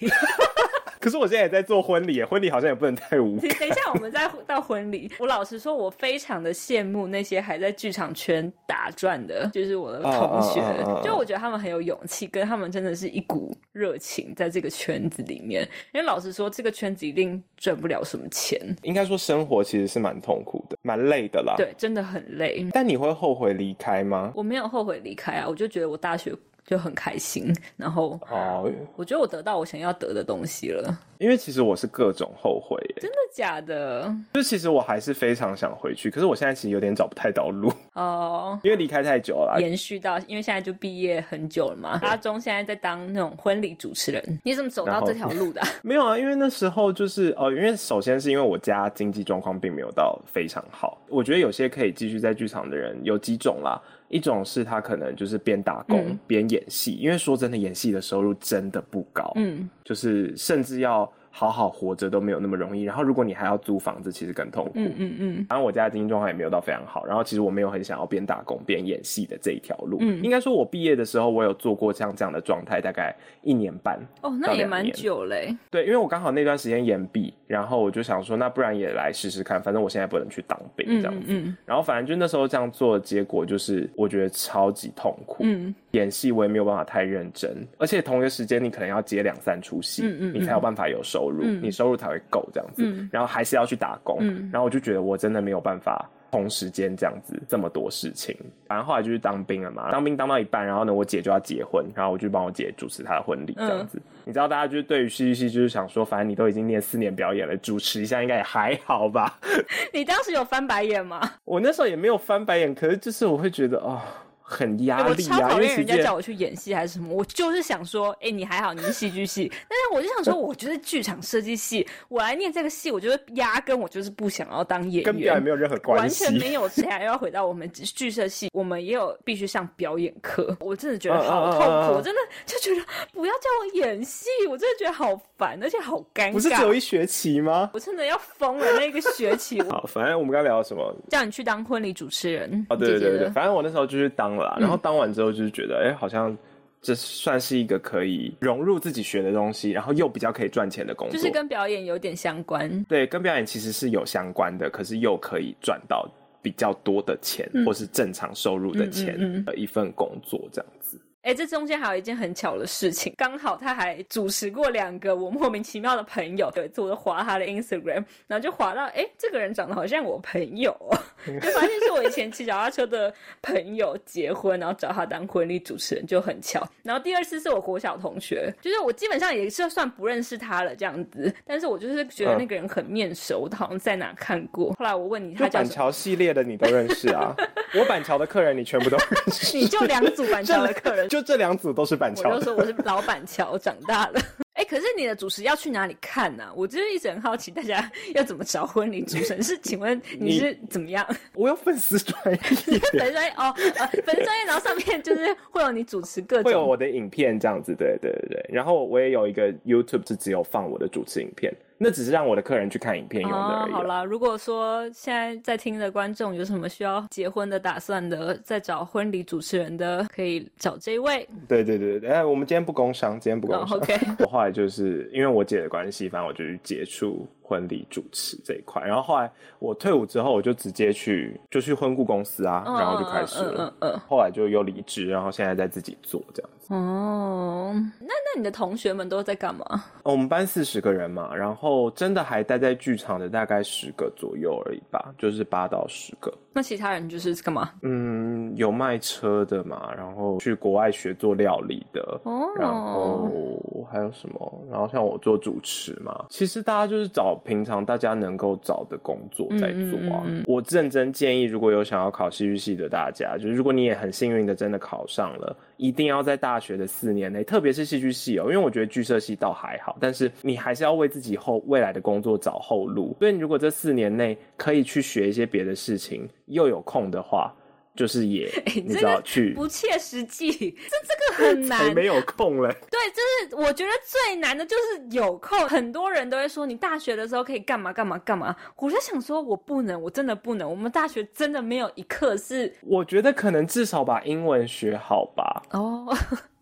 可是我现在也在做婚礼，婚礼好像也不能太 无
等一下，我们再到婚礼。我老实说，我非常的羡慕那些还在剧场圈打转的，就是我的同学
啊啊啊啊啊。
就我觉得他们很有勇气，跟他们真的是一股热情在这个圈子里面。因为老实说，这个圈子一定赚不了什么钱，
应该说生活其实是蛮痛苦的，蛮累的啦。。
对，真的很累。
但你会后悔离开吗？
我没有后悔离开啊，我就觉得我大学就很开心，然后
哦，
我觉得我得到我想要得的东西了。真
因为其实我是各种后悔耶，
的假的？
就其实我还是非常想回去，可是我现在其实有点找不太到路，
哦、
因为离开太久了啦。
延续到，因为现在就毕业很久了嘛。阿忠现在在当那种婚礼主持人，你怎么走到这条路的啊、
没有啊，因为那时候就是呃，因为首先是因为我家经济状况并没有到非常好，我觉得有些可以继续在剧场的人有几种啦，一种是他可能就是边打工
嗯
边演戏，因为说真的，演戏的收入真的不高，
嗯
就是甚至要好好活着都没有那么容易。然后如果你还要租房子，其实更痛苦。
嗯嗯嗯，
然后我家的经济状况也没有到非常好，然后其实我没有很想要边打工边演戏的这一条路。
嗯
应该说，我毕业的时候我有做过像这样的状态，大概一年半。
哦，那
到
也
两
蛮
年
久嘞。
对，因为我刚好那段时间延毕，然后我就想说，那不然也来试试看，反正我现在不能去当兵
嗯
这样
嗯
子。
嗯
然后反正就那时候这样做，结果就是我觉得超级痛苦。
嗯，
演戏我也没有办法太认真，而且同一个时间你可能要接两三出戏，
嗯嗯嗯
你才有办法有收入，
嗯
你收入才会够这样子。
嗯
然后还是要去打工，
嗯
然后我就觉得我真的没有办法。同时间这样子这么多事情，反正后来就去当兵了嘛。当兵当到一半，然后呢，我姐就要结婚，然后我就帮我姐主持她的婚礼，这样子。
嗯
你知道，大家就是对于戏剧系就是想说，反正你都已经念四年表演了，主持一下应该也还好吧。
你当时有翻白眼吗？
我那时候也没有翻白眼，可是就是我会觉得哦，很压
哎我
力
超
啊，因
讨
为
厌
其
人
实
家
也
叫我去演戏还是什么，我就是想说，哎、你还好，你是戏剧 系，但是我就想说，我觉得剧场设计系，我来念这个戏，我觉得压根我就是不想要当演员，
跟表演没有任何关
完
系，
全没有。谁还要回到我们剧社系，我们也有必须上表演课。我真的觉得好痛苦，
嗯嗯嗯嗯嗯
我真的就觉得不要叫我演戏，我真的觉得好烦，而且好尴尬。
不是只有一学期吗？
我真的要疯了，那个学期我
好，反正我们刚聊到什么？
叫你去当婚礼主持人，
哦，对对对
姐姐
对对，
的嗯
反正我那时候就去当了啦，然后当完之后就是觉得，哎、好像这算是一个可以融入自己学的东西，然后又比较可以赚钱的工作，
就是跟表演有点相关。
对跟表演其实是有相关的，可是又可以赚到比较多的钱，或是正常收入的
嗯嗯
钱的一份工作这样子。
哎，这中间还有一件很巧的事情，刚好他还主持过两个我莫名其妙的朋友。有一次我就滑他的 Instagram，然后就滑到，哎，这个人长得好像我朋友 哦，
嗯
就发现是我以前骑脚踏车的朋友结婚，然后找他当婚礼主持人，就很巧。然后第二次是我国小同学，就是我基本上也是算不认识他了这样子，但是我就是觉
嗯
得那个人很面熟，我好像在哪看过。后来我问你
就
他叫
板
什么，
桥系列的你都认识 啊，我板桥的客人你全部都认识，
你就两组板桥的客人
就这两组都是板
我
桥
就
的。
说我是老板桥长大了。 哎、可是你的主持要去哪里看呢、我就是一直很好奇，大家要怎么找婚礼主持人？是请问你
你
是怎么样？
我有粉丝专业，
粉丝专业哦，呃粉丝专业，然后上面就是会有你主持各
会有
种。
我的影片这样子，对对对对。然后我也有一个 YouTube 是只有放我的主持影片，那只是让我的客人去看影片用的而
哦
已。，啊
好啦，如果说现在在听的观众有什么需要结婚的打算的，在找婚礼主持人的，可以找这位。
对对对对，哎，我们今天不工伤，今天不工
哦
伤。
，OK，
我 后来就是因为我姐的关系，反正我就去接触婚礼主持这一块。然后后来我退伍之后，我就直接去就去婚顾公司啊，然后就开始了。
嗯嗯嗯
后来就又离职，然后现在在自己做这样子。
嗯 哦，那那你的同学们都在干嘛？
哦我们班四十个人嘛，然后真的还待在剧场的大概十个左右而已吧，就是八到十个。
那其他人就是干嘛？
嗯，有卖车的嘛，然后去国外学做料理的，
哦，
然后还有什么？然后像我做主持嘛，其实大家就是找平常大家能够找的工作在做啊。
嗯嗯嗯嗯
我认真建议，如果有想要考戏剧系的大家，就是如果你也很幸运的真的考上了，一定要在大学的四年内，特别是戏剧系哦，因为我觉得剧社系倒还好，但是你还是要为自己后未来的工作找后路。所以你如果这四年内可以去学一些别的事情，又有空的话，就是也、
哎
你
这
知道
个
去。
不啊切实际，这这个很难
还。没有空嘞，
对，就是我觉得最难的就是有空，很多人都会说你大学的时候可以干嘛干嘛干嘛，我就想说我不能，我真的不能，我们大学真的没有一课是
我觉得可能至少把英文学好吧。
哦，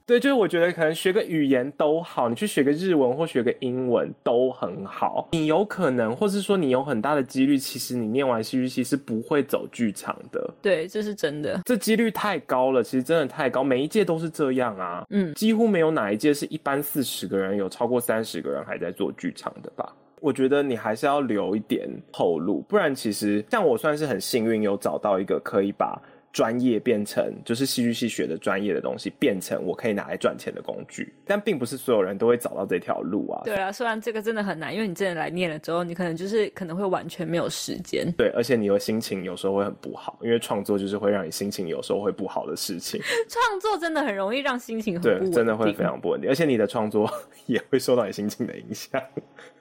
对，就是我觉得可能学个语言都好，你去学个日文或学个英文都很好。你有可能，或是说你有很大的几率，其实你念完戏剧系是不会走剧场的。
对，这是真的，
这几率太高了，其实真的太高，每一届都是这样啊。
嗯
几乎没有哪一届是一般四十个人，有超过三十个人还在做剧场的吧。我觉得你还是要留一点后路，不然其实像我算是很幸运，有找到一个可以把专业变成就是戏剧系学的专业的东西，变成我可以拿来赚钱的工具。但并不是所有人都会找到这条路啊。
对啊，虽然这个真的很难，因为你真的来念了之后，你可能就是可能会完全没有时间。
对，而且你的心情有时候会很不好，因为创作就是会让你心情有时候会不好的事情。
创作真的很容易让心情很
对
不稳，定，
真的会非常不稳定，而且你的创作 也会受到你心情的影响。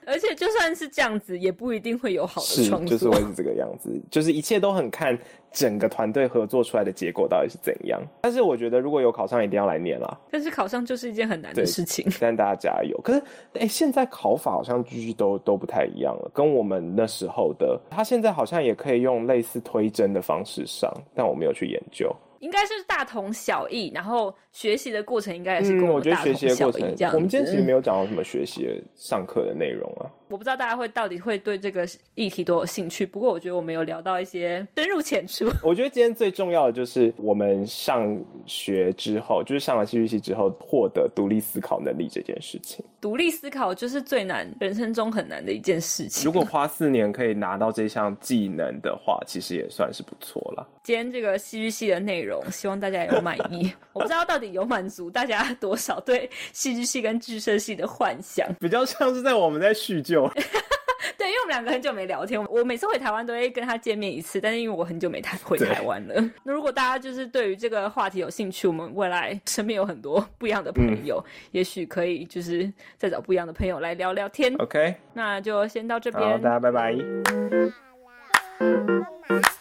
而且就算是这样子，也不一定会有好的
是
创，作。
就是会是这个样子，就是一切都很看整个团队合作出来的结果到底是怎样。但是我觉得如果有考上，一定要来念啦，
但是考上就是一件很难的
对
事情。
但大家加油。可是，哎、现在考法好像就是都都不太一样了，跟我们那时候的，他现在好像也可以用类似推甄的方式上，但我没有去研究。
应该是大同小异，然后学习的过程应该也是跟
嗯，我
们
觉得
大
学
同
习的
小
过
异
程
这样，子。
我们今天其实没有讲到什么学习的上课的内容啊。
我不知道大家会到底会对这个议题多有兴趣，不过我觉得我们有聊到一些深入浅出。
我觉得今天最重要的就是我们上学之后，就是上了戏剧系之后，获得独立思考能力这件事情。
独立思考就是最难，人生中很难的一件事情。
如果花四年可以拿到这项技能的话，其实也算是不错了。
今天这个戏剧系的内容，希望大家有满意。 我不知道到底有满足大家多少对戏剧系跟剧社系的幻想。
比较像是在我们在叙旧，
对，因为我们两个很久没聊天，我每次回台湾都会跟他见面一次，但是因为我很久没台回
对
台湾了。那如果大家就是对于这个话题有兴趣，我们未来身边有很多不一样的朋友，
嗯
也许可以就是再找不一样的朋友来聊聊天。
OK，
那就先到这
好，
边，
大家拜拜。
妈妈，妈妈。